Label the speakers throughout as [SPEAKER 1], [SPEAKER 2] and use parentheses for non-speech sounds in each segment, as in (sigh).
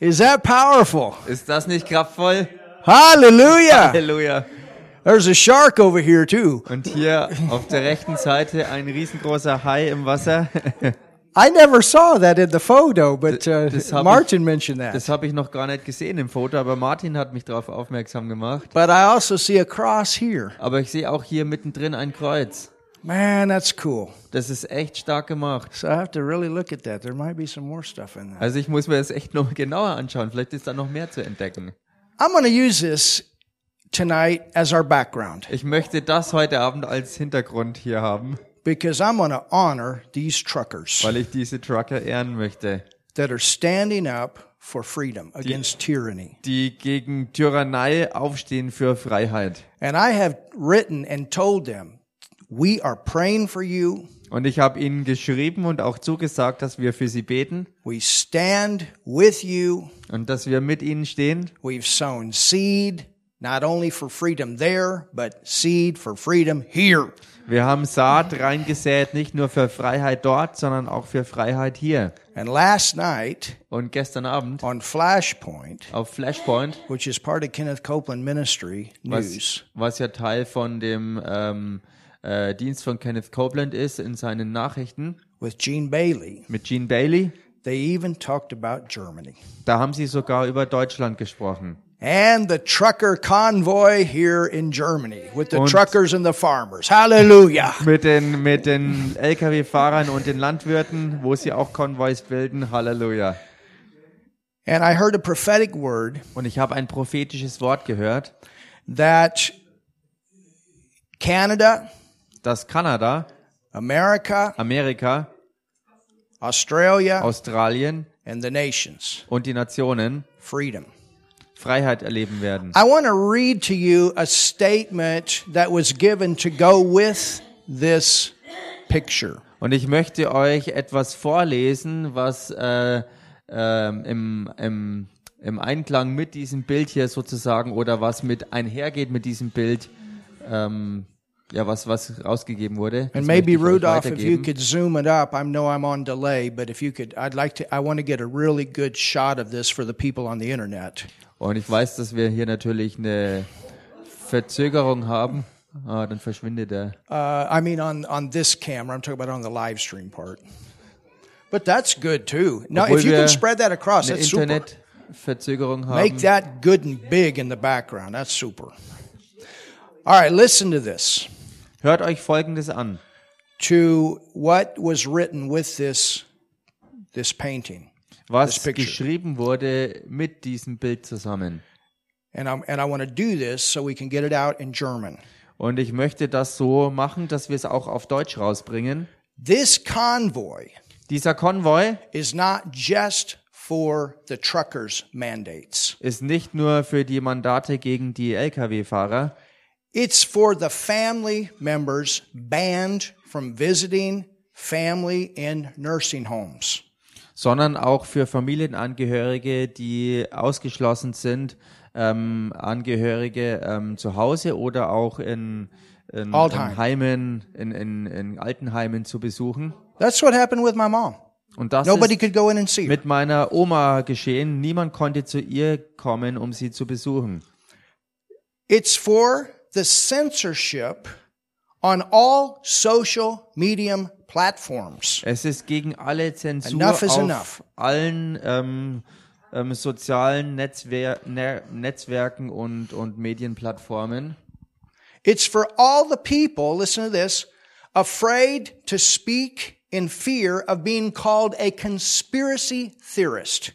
[SPEAKER 1] Is that powerful?
[SPEAKER 2] Ist das nicht kraftvoll?
[SPEAKER 1] Hallelujah.
[SPEAKER 2] Halleluja.
[SPEAKER 1] There's a shark over here, too.
[SPEAKER 2] Und hier auf der rechten Seite ein riesengroßer Hai im Wasser.
[SPEAKER 1] I never saw that in the photo, but uh,
[SPEAKER 2] das hab
[SPEAKER 1] Martin mentioned that.
[SPEAKER 2] Das habe ich noch gar nicht gesehen im Foto, aber Martin hat mich darauf aufmerksam gemacht.
[SPEAKER 1] But I also see a cross here.
[SPEAKER 2] Aber ich sehe auch hier mittendrin ein Kreuz.
[SPEAKER 1] Man, that's cool.
[SPEAKER 2] Das ist echt stark gemacht.
[SPEAKER 1] So I have to really look at that. There might be some more stuff in there.
[SPEAKER 2] Also ich muss mir das echt noch genauer anschauen. Vielleicht ist da noch mehr zu entdecken.
[SPEAKER 1] I'm going to use this tonight as our background
[SPEAKER 2] Ich möchte das heute Abend als Hintergrund hier haben,
[SPEAKER 1] because I'm going to honor these truckers
[SPEAKER 2] weil ich diese Trucker ehren möchte,
[SPEAKER 1] that are standing up for freedom against tyranny.
[SPEAKER 2] die gegen Tyrannei aufstehen für Freiheit.
[SPEAKER 1] And I have written and told them, we are praying for you.
[SPEAKER 2] Und ich habe ihnen geschrieben und auch zugesagt, dass wir für sie beten
[SPEAKER 1] We stand with you.
[SPEAKER 2] und dass wir mit ihnen stehen.
[SPEAKER 1] We've sown seed, not only for freedom there, but seed for freedom here.
[SPEAKER 2] Wir haben Saat reingesät, nicht nur für Freiheit dort, sondern auch für Freiheit hier.
[SPEAKER 1] And last night
[SPEAKER 2] Und gestern Abend
[SPEAKER 1] on Flashpoint,
[SPEAKER 2] auf Flashpoint
[SPEAKER 1] which is part of Kenneth Copeland Ministry News,
[SPEAKER 2] was, was ja Teil von dem ähm, äh, Dienst von Kenneth Copeland ist in seinen Nachrichten
[SPEAKER 1] with Gene Bailey,
[SPEAKER 2] mit Gene Bailey.
[SPEAKER 1] they even talked about Germany.
[SPEAKER 2] Da haben sie sogar über Deutschland gesprochen
[SPEAKER 1] And the trucker convoy here in Germany with the
[SPEAKER 2] Und-
[SPEAKER 1] truckers and the farmers. Hallelujah.
[SPEAKER 2] mit den mit den LKW-Fahrern und den Landwirten, wo sie auch Konvois bilden. Halleluja.
[SPEAKER 1] And I heard a prophetic word
[SPEAKER 2] Und ich habe ein prophetisches Wort gehört,
[SPEAKER 1] that Canada,
[SPEAKER 2] dass Kanada,
[SPEAKER 1] America,
[SPEAKER 2] Amerika,
[SPEAKER 1] Australia,
[SPEAKER 2] Australien
[SPEAKER 1] and the nations
[SPEAKER 2] und die Nationen
[SPEAKER 1] freedom.
[SPEAKER 2] Freiheit erleben werden.
[SPEAKER 1] I want to read to you a statement that was given to go with this picture.
[SPEAKER 2] Und ich möchte euch etwas vorlesen, was äh, ähm, im, im, im Einklang mit diesem Bild hier sozusagen oder was mit einhergeht mit diesem Bild, ähm, ja, was, was rausgegeben wurde. Das
[SPEAKER 1] And
[SPEAKER 2] möchte
[SPEAKER 1] maybe
[SPEAKER 2] ich euch
[SPEAKER 1] Rudolph, if you
[SPEAKER 2] weitergeben.
[SPEAKER 1] could zoom it up, I know I'm on delay, but if you could, I'd like to, I want to get a really good shot of this for the people on the internet.
[SPEAKER 2] Und ich weiß, dass wir hier natürlich eine Verzögerung haben. Ah, dann verschwindet er.
[SPEAKER 1] Uh, I mean, on, on this camera, I'm talking about on the live stream part. But that's good too. No,
[SPEAKER 2] Obwohl
[SPEAKER 1] if you uh,
[SPEAKER 2] wir
[SPEAKER 1] can spread that across,
[SPEAKER 2] Eine
[SPEAKER 1] that's super.
[SPEAKER 2] Internetverzögerung
[SPEAKER 1] Make
[SPEAKER 2] haben.
[SPEAKER 1] that good and big in the background. That's super. All right, listen to this
[SPEAKER 2] Hört euch Folgendes an.
[SPEAKER 1] to what was written with this this painting.
[SPEAKER 2] Was
[SPEAKER 1] picture.
[SPEAKER 2] geschrieben wurde mit diesem Bild zusammen.
[SPEAKER 1] And I and I want to do this so we can get it out in German.
[SPEAKER 2] Und ich möchte das so machen, dass wir es auch auf Deutsch rausbringen.
[SPEAKER 1] This convoy
[SPEAKER 2] Dieser Konvoi
[SPEAKER 1] is not just for the truckers' mandates.
[SPEAKER 2] ist nicht nur für die Mandate gegen die Lkw-Fahrer,
[SPEAKER 1] It's for the family members banned from visiting family in nursing homes.
[SPEAKER 2] sondern auch für Familienangehörige, die ausgeschlossen sind, ähm, Angehörige ähm, zu Hause oder auch in, in, in
[SPEAKER 1] Altenheim.
[SPEAKER 2] Heimen, in, in, in Altenheimen zu besuchen.
[SPEAKER 1] That's what happened with my mom.
[SPEAKER 2] Und das
[SPEAKER 1] Nobody
[SPEAKER 2] ist
[SPEAKER 1] could go in and see her.
[SPEAKER 2] mit meiner Oma geschehen. Niemand konnte zu ihr kommen, um sie zu besuchen.
[SPEAKER 1] It's for the censorship on all social medium platforms.
[SPEAKER 2] Es ist gegen alle Zensur
[SPEAKER 1] Enough is
[SPEAKER 2] auf
[SPEAKER 1] enough.
[SPEAKER 2] allen ähm, ähm, sozialen Netzwer ne Netzwerken und, und Medienplattformen.
[SPEAKER 1] It's for all the people, listen to this, afraid to speak in fear of being called a conspiracy theorist.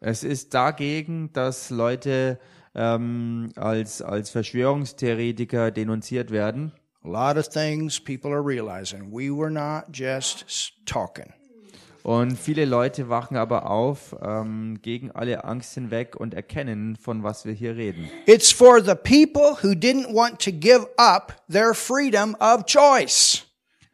[SPEAKER 2] Es ist dagegen, dass Leute ähm, als, als Verschwörungstheoretiker denunziert werden.
[SPEAKER 1] A lot of things people are realizing. We were not just s- talking.
[SPEAKER 2] Und viele Leute wachen aber auf ähm, gegen alle Angst hinweg und erkennen, von was wir hier reden.
[SPEAKER 1] It's for the people who didn't want to give up their freedom of choice.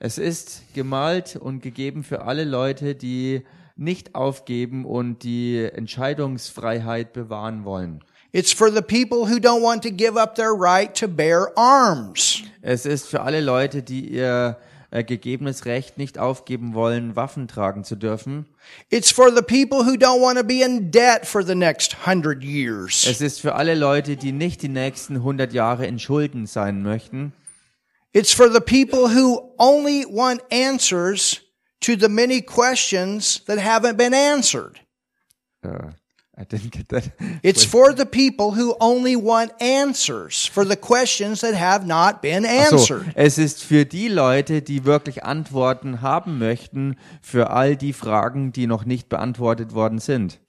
[SPEAKER 2] Es ist gemalt und gegeben für alle Leute, die nicht aufgeben und die Entscheidungsfreiheit bewahren wollen.
[SPEAKER 1] It's for the people who don't want to give up their right to bear arms.
[SPEAKER 2] Es ist für alle Leute, die ihr äh, gegebenes Recht nicht aufgeben wollen, Waffen tragen zu dürfen.
[SPEAKER 1] It's for the people who don't want to be in debt for the next hundred years.
[SPEAKER 2] Es ist für alle Leute, die nicht die nächsten 100 Jahre in Schulden sein möchten.
[SPEAKER 1] It's for the people who only want answers to the many questions that haven't been answered.
[SPEAKER 2] Uh, I didn't get that.
[SPEAKER 1] It's for the people who only want answers for the questions that have not been
[SPEAKER 2] So,
[SPEAKER 1] answered.
[SPEAKER 2] es ist für die Leute, die wirklich Antworten haben möchten für all die Fragen, die noch nicht beantwortet worden sind.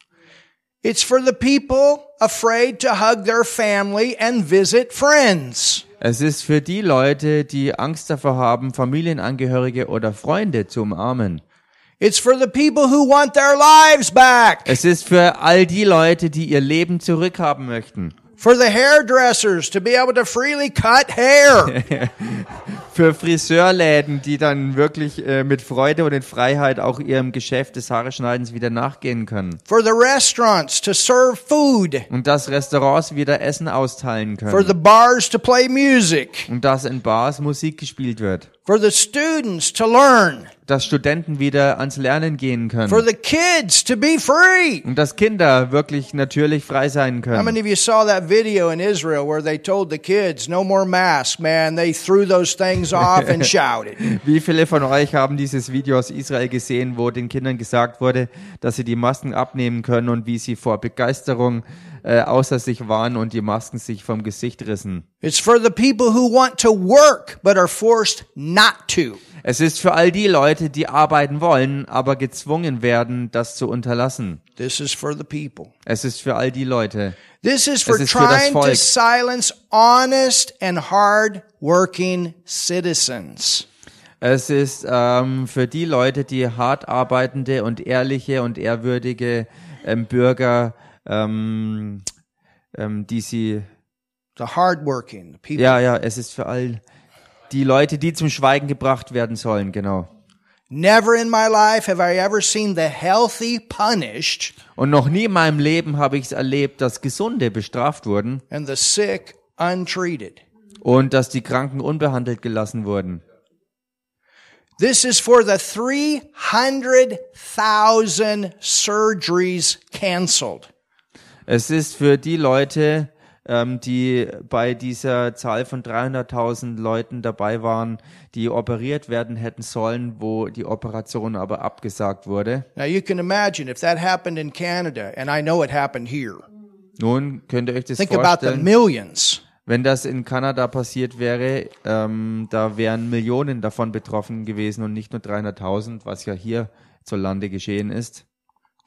[SPEAKER 1] It's for the people afraid to hug their family and visit friends.
[SPEAKER 2] Es ist für die Leute, die Angst davor haben, Familienangehörige oder Freunde zu umarmen.
[SPEAKER 1] It's for the people who want their lives back.
[SPEAKER 2] Es ist für all die Leute, die ihr Leben zurückhaben möchten.
[SPEAKER 1] For the hairdressers to be able to freely cut hair.
[SPEAKER 2] Für Friseurläden, die dann wirklich äh, mit Freude und in Freiheit auch ihrem Geschäft des Haareschneidens wieder nachgehen können.
[SPEAKER 1] for the restaurants to serve food.
[SPEAKER 2] Und dass Restaurants wieder Essen austeilen können.
[SPEAKER 1] For the bars to play music.
[SPEAKER 2] und dass in Bars Musik gespielt wird.
[SPEAKER 1] For the students to learn.
[SPEAKER 2] Dass Studenten wieder ans Lernen gehen können.
[SPEAKER 1] For the kids to be free.
[SPEAKER 2] Und dass Kinder wirklich natürlich frei sein
[SPEAKER 1] How
[SPEAKER 2] können.
[SPEAKER 1] many of you saw that video in Israel where they told the kids, no more masks, man? They threw those things off (laughs) and shouted.
[SPEAKER 2] Wie viele von euch haben dieses Video aus Israel gesehen, wo den Kindern gesagt wurde, dass sie die Masken abnehmen können und wie sie vor Begeisterung äh, außer sich waren und die Masken sich vom Gesicht rissen?
[SPEAKER 1] It's for the people who want to work but are forced not to.
[SPEAKER 2] Es ist für all die Leute, die arbeiten wollen, aber gezwungen werden, das zu unterlassen.
[SPEAKER 1] This is for the people.
[SPEAKER 2] Es ist für all die Leute.
[SPEAKER 1] This is for
[SPEAKER 2] Es ist für das
[SPEAKER 1] trying to
[SPEAKER 2] Volk.
[SPEAKER 1] silence honest and hard working citizens.
[SPEAKER 2] Es ist ähm, für die Leute, die hart arbeitende und ehrliche und ehrwürdige ähm, Bürger, ähm, ähm, die sie
[SPEAKER 1] The hard working, the people.
[SPEAKER 2] Ja, ja, es ist für all die Leute, die zum Schweigen gebracht werden sollen, genau.
[SPEAKER 1] Never in my life have I ever seen the healthy punished
[SPEAKER 2] Und noch nie in meinem Leben habe ich es erlebt, dass Gesunde bestraft wurden
[SPEAKER 1] and the sick untreated.
[SPEAKER 2] und dass die Kranken unbehandelt gelassen wurden.
[SPEAKER 1] This is for the 300,000 surgeries canceled.
[SPEAKER 2] Es ist für die Leute, ähm, die bei dieser Zahl von 300.000 Leuten dabei waren, die operiert werden hätten sollen, wo die Operation aber abgesagt wurde.
[SPEAKER 1] Now you can imagine if that happened in Canada, and I know it happened here.
[SPEAKER 2] Nun könnt ihr euch das
[SPEAKER 1] Think about the
[SPEAKER 2] vorstellen.
[SPEAKER 1] millions.
[SPEAKER 2] Wenn das in Kanada passiert wäre, ähm, da wären Millionen davon betroffen gewesen und nicht nur 300.000, was ja hier zur Lande geschehen ist.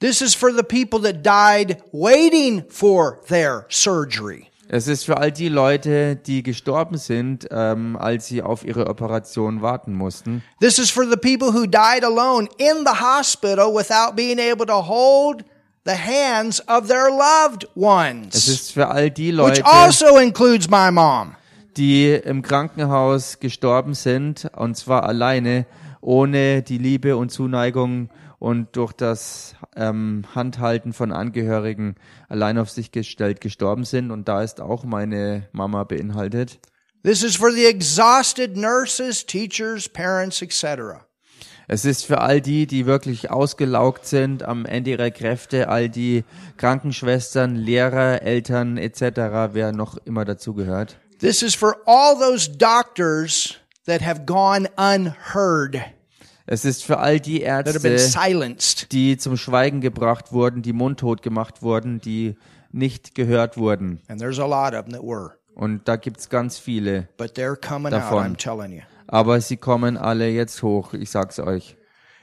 [SPEAKER 1] This is for the people that died waiting for their surgery.
[SPEAKER 2] Es ist für all die Leute, die gestorben sind, ähm, als sie auf ihre Operation warten mussten.
[SPEAKER 1] This is for the people who died alone in the hospital without being able to hold the hands of their loved
[SPEAKER 2] Es
[SPEAKER 1] ones,
[SPEAKER 2] ist für all die
[SPEAKER 1] which
[SPEAKER 2] Leute,
[SPEAKER 1] also includes my mom.
[SPEAKER 2] die im Krankenhaus gestorben sind, und zwar alleine, ohne die Liebe und Zuneigung und durch das ähm, Handhalten von Angehörigen allein auf sich gestellt gestorben sind. Und da ist auch meine Mama beinhaltet.
[SPEAKER 1] This is for the exhausted nurses, teachers, parents, etc.
[SPEAKER 2] Es ist für all die, die wirklich ausgelaugt sind am Ende ihrer Kräfte, all die Krankenschwestern, Lehrer, Eltern etc., wer noch immer dazugehört.
[SPEAKER 1] This is for all those doctors that have gone unheard,
[SPEAKER 2] Es ist für all die
[SPEAKER 1] that have been
[SPEAKER 2] Ärzte,
[SPEAKER 1] silenced.
[SPEAKER 2] die zum Schweigen gebracht wurden, die mundtot gemacht wurden, die nicht gehört wurden.
[SPEAKER 1] And there's a lot of them that were,
[SPEAKER 2] Und da gibt's ganz viele.
[SPEAKER 1] but they're coming out,
[SPEAKER 2] Davon.
[SPEAKER 1] I'm telling you.
[SPEAKER 2] Aber sie kommen alle jetzt hoch, ich sag's euch.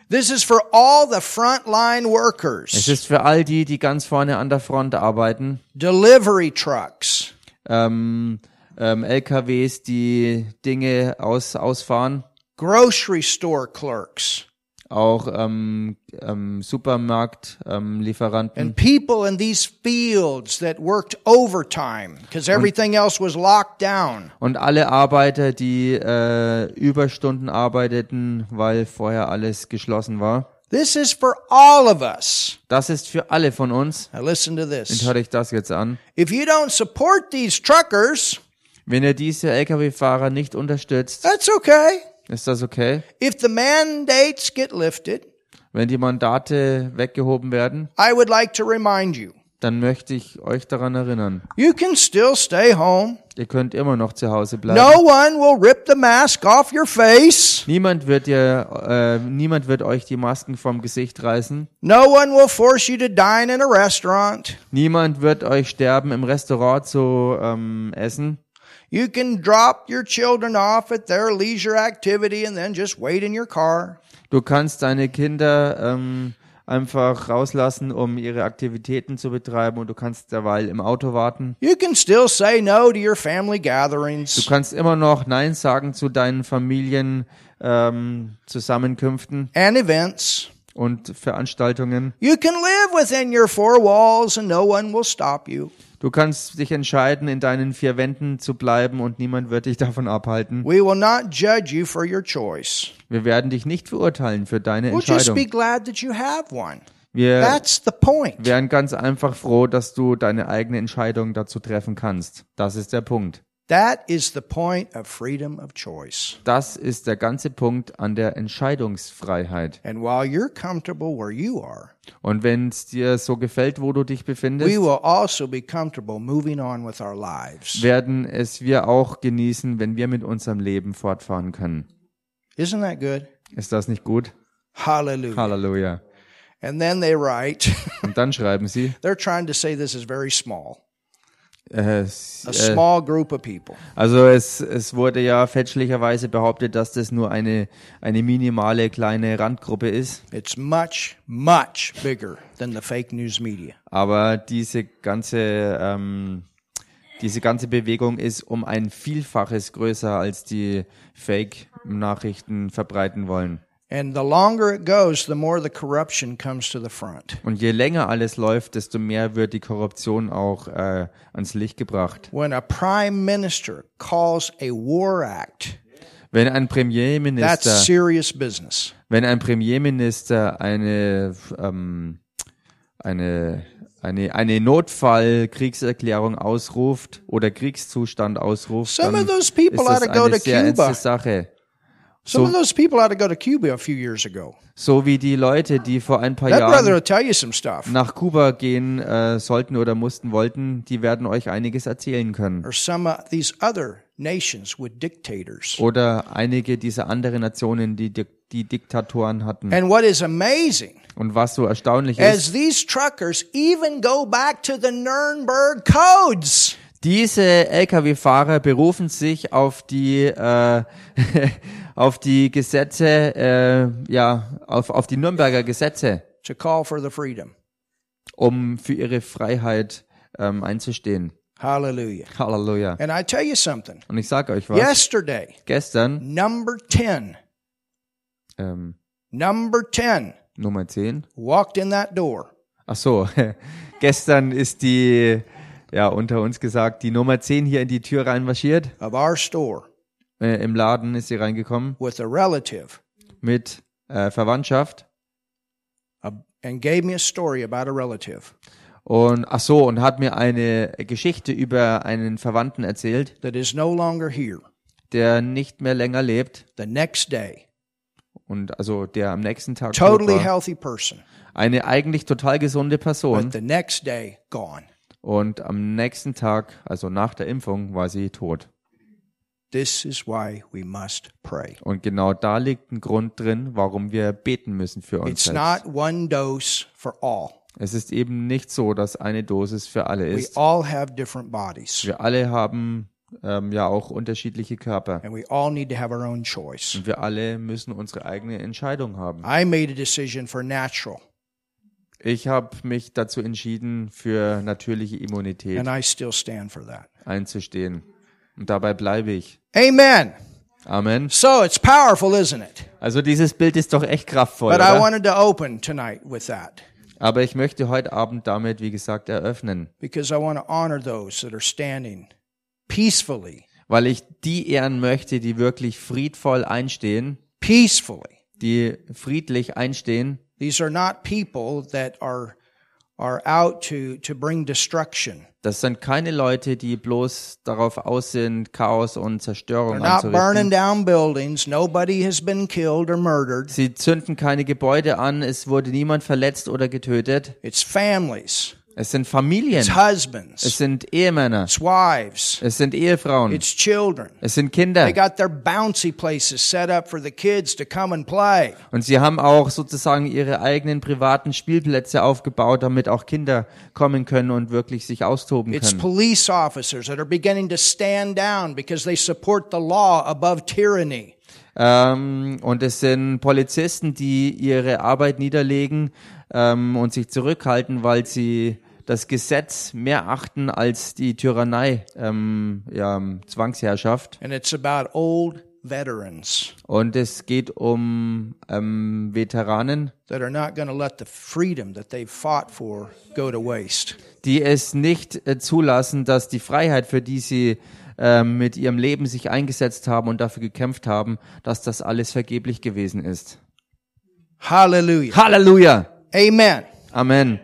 [SPEAKER 1] This is for all the frontline
[SPEAKER 2] Es
[SPEAKER 1] workers,
[SPEAKER 2] ist für all die, die ganz vorne an der Front arbeiten,
[SPEAKER 1] delivery trucks,
[SPEAKER 2] ähm, ähm, LKWs, die Dinge aus, ausfahren,
[SPEAKER 1] grocery store clerks,
[SPEAKER 2] auch ähm, ähm, Supermarkt, ähm, Lieferanten.
[SPEAKER 1] and people in these fields that worked overtime because everything else was locked down.
[SPEAKER 2] Und alle Arbeiter, die äh, Überstunden arbeiteten, weil vorher alles geschlossen war.
[SPEAKER 1] This is for all of us.
[SPEAKER 2] Das ist für alle von uns.
[SPEAKER 1] Now, listen to
[SPEAKER 2] Und
[SPEAKER 1] this.
[SPEAKER 2] hört euch das jetzt an.
[SPEAKER 1] If you don't support these truckers,
[SPEAKER 2] Wenn ihr diese Lkw-Fahrer nicht unterstützt,
[SPEAKER 1] that's okay.
[SPEAKER 2] Ist das okay?
[SPEAKER 1] If the mandates get lifted,
[SPEAKER 2] Wenn die Mandate weggehoben werden,
[SPEAKER 1] I would like to remind you,
[SPEAKER 2] dann möchte ich euch daran erinnern.
[SPEAKER 1] you can still stay home.
[SPEAKER 2] Ihr könnt immer noch zu Hause bleiben.
[SPEAKER 1] No one will rip the mask off your face.
[SPEAKER 2] Niemand wird dir, äh, niemand wird euch die Masken vom Gesicht reißen.
[SPEAKER 1] No one will force you to dine in a restaurant.
[SPEAKER 2] Niemand wird euch sterben im Restaurant zu ähm, essen.
[SPEAKER 1] You can drop your children off at their leisure activity and then just wait in your car.
[SPEAKER 2] Du kannst deine Kinder ähm, einfach rauslassen, um ihre Aktivitäten zu betreiben und du kannst derweil im Auto warten.
[SPEAKER 1] You can still say no to your family
[SPEAKER 2] Du
[SPEAKER 1] gatherings.
[SPEAKER 2] kannst immer noch Nein sagen zu deinen Familien, ähm, Zusammenkünften
[SPEAKER 1] and events.
[SPEAKER 2] und Veranstaltungen.
[SPEAKER 1] You can live within your four walls and no one will stop you.
[SPEAKER 2] Du kannst dich entscheiden, in deinen vier Wänden zu bleiben und niemand wird dich (laughs) davon abhalten.
[SPEAKER 1] We will not judge you for your choice.
[SPEAKER 2] Wir werden dich nicht verurteilen für deine
[SPEAKER 1] We'll just be
[SPEAKER 2] Entscheidung.
[SPEAKER 1] glad that you have one.
[SPEAKER 2] Wir
[SPEAKER 1] That's the point.
[SPEAKER 2] wären ganz einfach froh, dass du deine eigene Entscheidung dazu treffen kannst. Das ist der Punkt.
[SPEAKER 1] That is the point of freedom of choice.
[SPEAKER 2] Das ist der ganze Punkt an der Entscheidungsfreiheit.
[SPEAKER 1] And while you're comfortable where you are,
[SPEAKER 2] Und wenn es dir so gefällt, wo du dich
[SPEAKER 1] we
[SPEAKER 2] befindest,
[SPEAKER 1] will also be comfortable moving on with our lives.
[SPEAKER 2] werden es wir auch genießen, wenn wir mit unserem Leben fortfahren können.
[SPEAKER 1] Isn't that good?
[SPEAKER 2] Ist das nicht gut?
[SPEAKER 1] Hallelujah.
[SPEAKER 2] Halleluja.
[SPEAKER 1] And then they write, (laughs)
[SPEAKER 2] Und dann schreiben sie,
[SPEAKER 1] they're trying to say this is very small,
[SPEAKER 2] äh, s-
[SPEAKER 1] a
[SPEAKER 2] äh,
[SPEAKER 1] small group of people.
[SPEAKER 2] also es, es wurde ja fälschlicherweise behauptet, dass das nur eine, eine minimale kleine Randgruppe ist.
[SPEAKER 1] It's much, much bigger than the fake news media.
[SPEAKER 2] Aber diese ganze, ähm, diese ganze Bewegung ist um ein Vielfaches größer, als die Fake-Nachrichten verbreiten wollen.
[SPEAKER 1] And the longer it goes, the more the corruption comes to the front.
[SPEAKER 2] Und je länger alles läuft, desto mehr wird die Korruption auch äh, ans Licht gebracht.
[SPEAKER 1] When a prime minister calls a war act,
[SPEAKER 2] Wenn ein
[SPEAKER 1] that's
[SPEAKER 2] Premierminister,
[SPEAKER 1] serious business.
[SPEAKER 2] wenn ein Premierminister eine, ähm, eine, eine, eine Notfallkriegserklärung ausruft oder Kriegszustand ausruft,
[SPEAKER 1] Some
[SPEAKER 2] dann
[SPEAKER 1] of those
[SPEAKER 2] ist
[SPEAKER 1] people ought
[SPEAKER 2] das
[SPEAKER 1] to go
[SPEAKER 2] eine
[SPEAKER 1] to
[SPEAKER 2] sehr ernste
[SPEAKER 1] Cuba.
[SPEAKER 2] Sache.
[SPEAKER 1] Some of
[SPEAKER 2] So-
[SPEAKER 1] those people ought to go to Cuba a few years ago.
[SPEAKER 2] So wie die Leute, die vor ein paar
[SPEAKER 1] That brother
[SPEAKER 2] Jahren
[SPEAKER 1] will tell you some stuff.
[SPEAKER 2] nach Kuba gehen äh, sollten oder mussten, wollten, die werden euch einiges erzählen können.
[SPEAKER 1] Or some of these other nations with dictators.
[SPEAKER 2] Oder einige dieser anderen Nationen, die Di- die Diktatoren hatten.
[SPEAKER 1] And what is amazing
[SPEAKER 2] Und was so erstaunlich ist,
[SPEAKER 1] is these truckers even go back to the Nuremberg codes.
[SPEAKER 2] diese Lkw-Fahrer berufen sich auf die äh, (laughs) auf die Gesetze, äh, ja, auf, auf die Nürnberger Gesetze,
[SPEAKER 1] to call for the freedom.
[SPEAKER 2] um für ihre Freiheit ähm, einzustehen. (laughs)
[SPEAKER 1] Hallelujah.
[SPEAKER 2] Halleluja.
[SPEAKER 1] And I tell you something.
[SPEAKER 2] Und ich sage euch was,
[SPEAKER 1] Yesterday,
[SPEAKER 2] gestern,
[SPEAKER 1] number 10,
[SPEAKER 2] ähm,
[SPEAKER 1] number 10
[SPEAKER 2] Nummer 10,
[SPEAKER 1] walked in that door.
[SPEAKER 2] Ach so, (laughs) gestern ist die, ja, unter uns gesagt, die Nummer 10 hier in die Tür reinmarschiert.
[SPEAKER 1] of our store
[SPEAKER 2] Äh, Im Laden ist sie reingekommen
[SPEAKER 1] with a relative
[SPEAKER 2] mit äh, Verwandtschaft.
[SPEAKER 1] a, and gave me a story about a relative
[SPEAKER 2] Und ach so, und hat mir eine Geschichte über einen Verwandten erzählt,
[SPEAKER 1] that is no longer here
[SPEAKER 2] der nicht mehr länger lebt
[SPEAKER 1] the next day.
[SPEAKER 2] und also der am nächsten Tag tot
[SPEAKER 1] Totally
[SPEAKER 2] war.
[SPEAKER 1] healthy person,
[SPEAKER 2] Eine eigentlich total gesunde
[SPEAKER 1] but
[SPEAKER 2] Person
[SPEAKER 1] the next day gone.
[SPEAKER 2] und am nächsten Tag, also nach der Impfung, war sie tot.
[SPEAKER 1] This is why we must pray.
[SPEAKER 2] Und genau da liegt ein Grund drin, warum wir beten müssen für uns
[SPEAKER 1] It's
[SPEAKER 2] selbst.
[SPEAKER 1] not one dose for all.
[SPEAKER 2] Es ist eben nicht so, dass eine Dosis für alle
[SPEAKER 1] We
[SPEAKER 2] ist.
[SPEAKER 1] all have different bodies,
[SPEAKER 2] Wir alle haben ähm, ja auch unterschiedliche Körper.
[SPEAKER 1] and we all need to have our own choice.
[SPEAKER 2] Und wir alle müssen unsere eigene Entscheidung haben.
[SPEAKER 1] I made a decision for natural,
[SPEAKER 2] Ich habe mich dazu entschieden, für natürliche Immunität
[SPEAKER 1] and I still stand for that.
[SPEAKER 2] einzustehen. Und dabei bleibe ich.
[SPEAKER 1] Amen.
[SPEAKER 2] Amen.
[SPEAKER 1] So it's powerful, isn't it?
[SPEAKER 2] Also dieses Bild ist doch echt kraftvoll.
[SPEAKER 1] But I
[SPEAKER 2] Oder?
[SPEAKER 1] wanted to open tonight with that
[SPEAKER 2] Aber ich möchte heute Abend damit, wie gesagt, eröffnen,
[SPEAKER 1] because I want to honor those that are standing peacefully,
[SPEAKER 2] weil ich die ehren möchte, die wirklich friedvoll einstehen,
[SPEAKER 1] peacefully.
[SPEAKER 2] die friedlich einstehen
[SPEAKER 1] These are not people that are are out to, to bring destruction.
[SPEAKER 2] Das sind keine Leute, die bloß darauf aus sind, Chaos und Zerstörung
[SPEAKER 1] They're not burning
[SPEAKER 2] anzurichten.
[SPEAKER 1] down buildings. Nobody has been killed or murdered.
[SPEAKER 2] Sie zünden keine Gebäude an, es wurde niemand verletzt oder getötet.
[SPEAKER 1] It's families.
[SPEAKER 2] Es sind Familien,
[SPEAKER 1] It's
[SPEAKER 2] es
[SPEAKER 1] husbands.
[SPEAKER 2] sind Ehemänner,
[SPEAKER 1] It's wives.
[SPEAKER 2] es sind Ehefrauen,
[SPEAKER 1] It's children.
[SPEAKER 2] es sind Kinder.
[SPEAKER 1] They got their bouncy places set up for the kids to come and play.
[SPEAKER 2] Und sie haben auch sozusagen ihre eigenen privaten Spielplätze aufgebaut, damit auch Kinder kommen können und wirklich sich austoben
[SPEAKER 1] It's
[SPEAKER 2] können.
[SPEAKER 1] police officers that are beginning to stand down because they support the law above tyranny.
[SPEAKER 2] Ähm, und es sind Polizisten, die ihre Arbeit niederlegen ähm, und sich zurückhalten, weil sie das Gesetz mehr achten als die Tyrannei, ähm, ja, ähm, Zwangsherrschaft.
[SPEAKER 1] And it's about old veterans
[SPEAKER 2] Und es geht um ähm, Veteranen,
[SPEAKER 1] that are not going to let the freedom that they've fought for go to waste.
[SPEAKER 2] die es nicht äh, zulassen, dass die Freiheit, für die sie ähm, mit ihrem Leben sich eingesetzt haben und dafür gekämpft haben, dass das alles vergeblich gewesen ist.
[SPEAKER 1] Hallelujah.
[SPEAKER 2] Halleluja!
[SPEAKER 1] Amen.
[SPEAKER 2] Amen.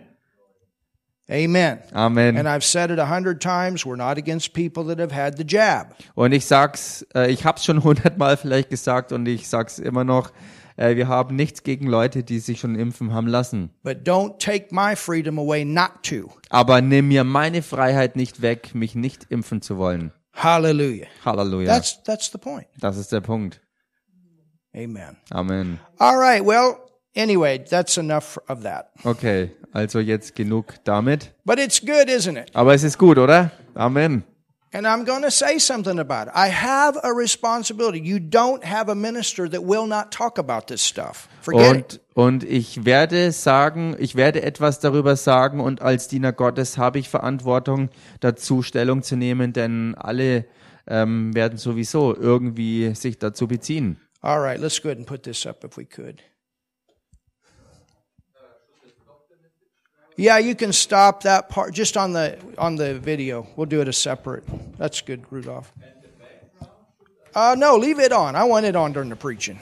[SPEAKER 1] Amen.
[SPEAKER 2] Amen.
[SPEAKER 1] And I've said it a hundred times we're not against people that have had the jab.
[SPEAKER 2] Und ich sag's, äh, ich hab's schon hundertmal vielleicht gesagt und ich sag's immer noch, äh, wir haben nichts gegen Leute, die sich schon impfen haben lassen.
[SPEAKER 1] But don't take my freedom away not to.
[SPEAKER 2] Aber nimm mir meine Freiheit nicht weg, mich nicht impfen zu wollen.
[SPEAKER 1] Hallelujah.
[SPEAKER 2] Halleluja.
[SPEAKER 1] That's that's the point.
[SPEAKER 2] das ist der Punkt.
[SPEAKER 1] Amen.
[SPEAKER 2] Amen.
[SPEAKER 1] All right. Well, anyway, that's enough of that.
[SPEAKER 2] Okay, also jetzt genug damit.
[SPEAKER 1] But it's good, isn't it?
[SPEAKER 2] Aber es ist gut, oder? Amen.
[SPEAKER 1] And I'm going to say something about it. I have a responsibility. You don't have a minister that will not talk about this stuff. Forget it.
[SPEAKER 2] Und, und ich werde sagen, ich werde etwas darüber sagen und als Diener Gottes habe ich Verantwortung, dazu Stellung zu nehmen, denn alle ähm, werden sowieso irgendwie sich dazu beziehen.
[SPEAKER 1] All right, let's go ahead and put this up if we could. Yeah, you can stop that part just on the on the video. We'll do it a separate. That's good, Rudolph. Uh, no, leave it on. I want it on during the preaching.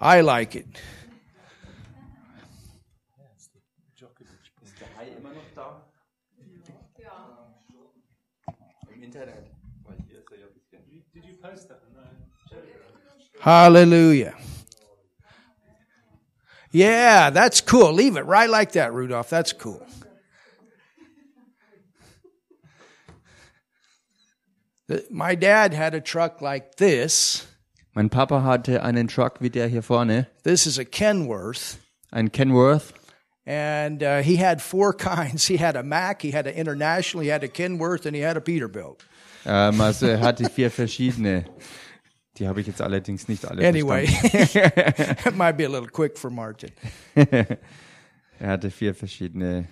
[SPEAKER 1] I like it. Hallelujah. Yeah, that's cool. Leave it right like that, Rudolph. That's cool. The- My dad had a truck like this.
[SPEAKER 2] Mein Papa hatte einen Truck wie der hier vorne,
[SPEAKER 1] This is a Kenworth.
[SPEAKER 2] ein Kenworth.
[SPEAKER 1] And uh, he had four (laughs) kinds. He had a Mack, he had an International, he had a Kenworth, and he had a Peterbilt.
[SPEAKER 2] Ähm, also er hatte vier verschiedene. Die habe ich jetzt allerdings nicht alle
[SPEAKER 1] Anyway, (laughs)
[SPEAKER 2] verstanden.
[SPEAKER 1] that might be a little quick for Martin.
[SPEAKER 2] Er hatte vier verschiedene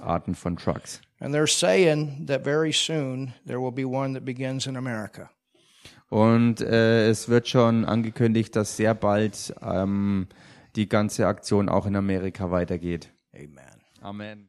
[SPEAKER 2] Arten von Trucks.
[SPEAKER 1] And they're saying that very soon there will be one that begins in America.
[SPEAKER 2] Und äh, es wird schon angekündigt, dass sehr bald ähm, die ganze Aktion auch in Amerika weitergeht.
[SPEAKER 1] Amen.
[SPEAKER 2] Amen.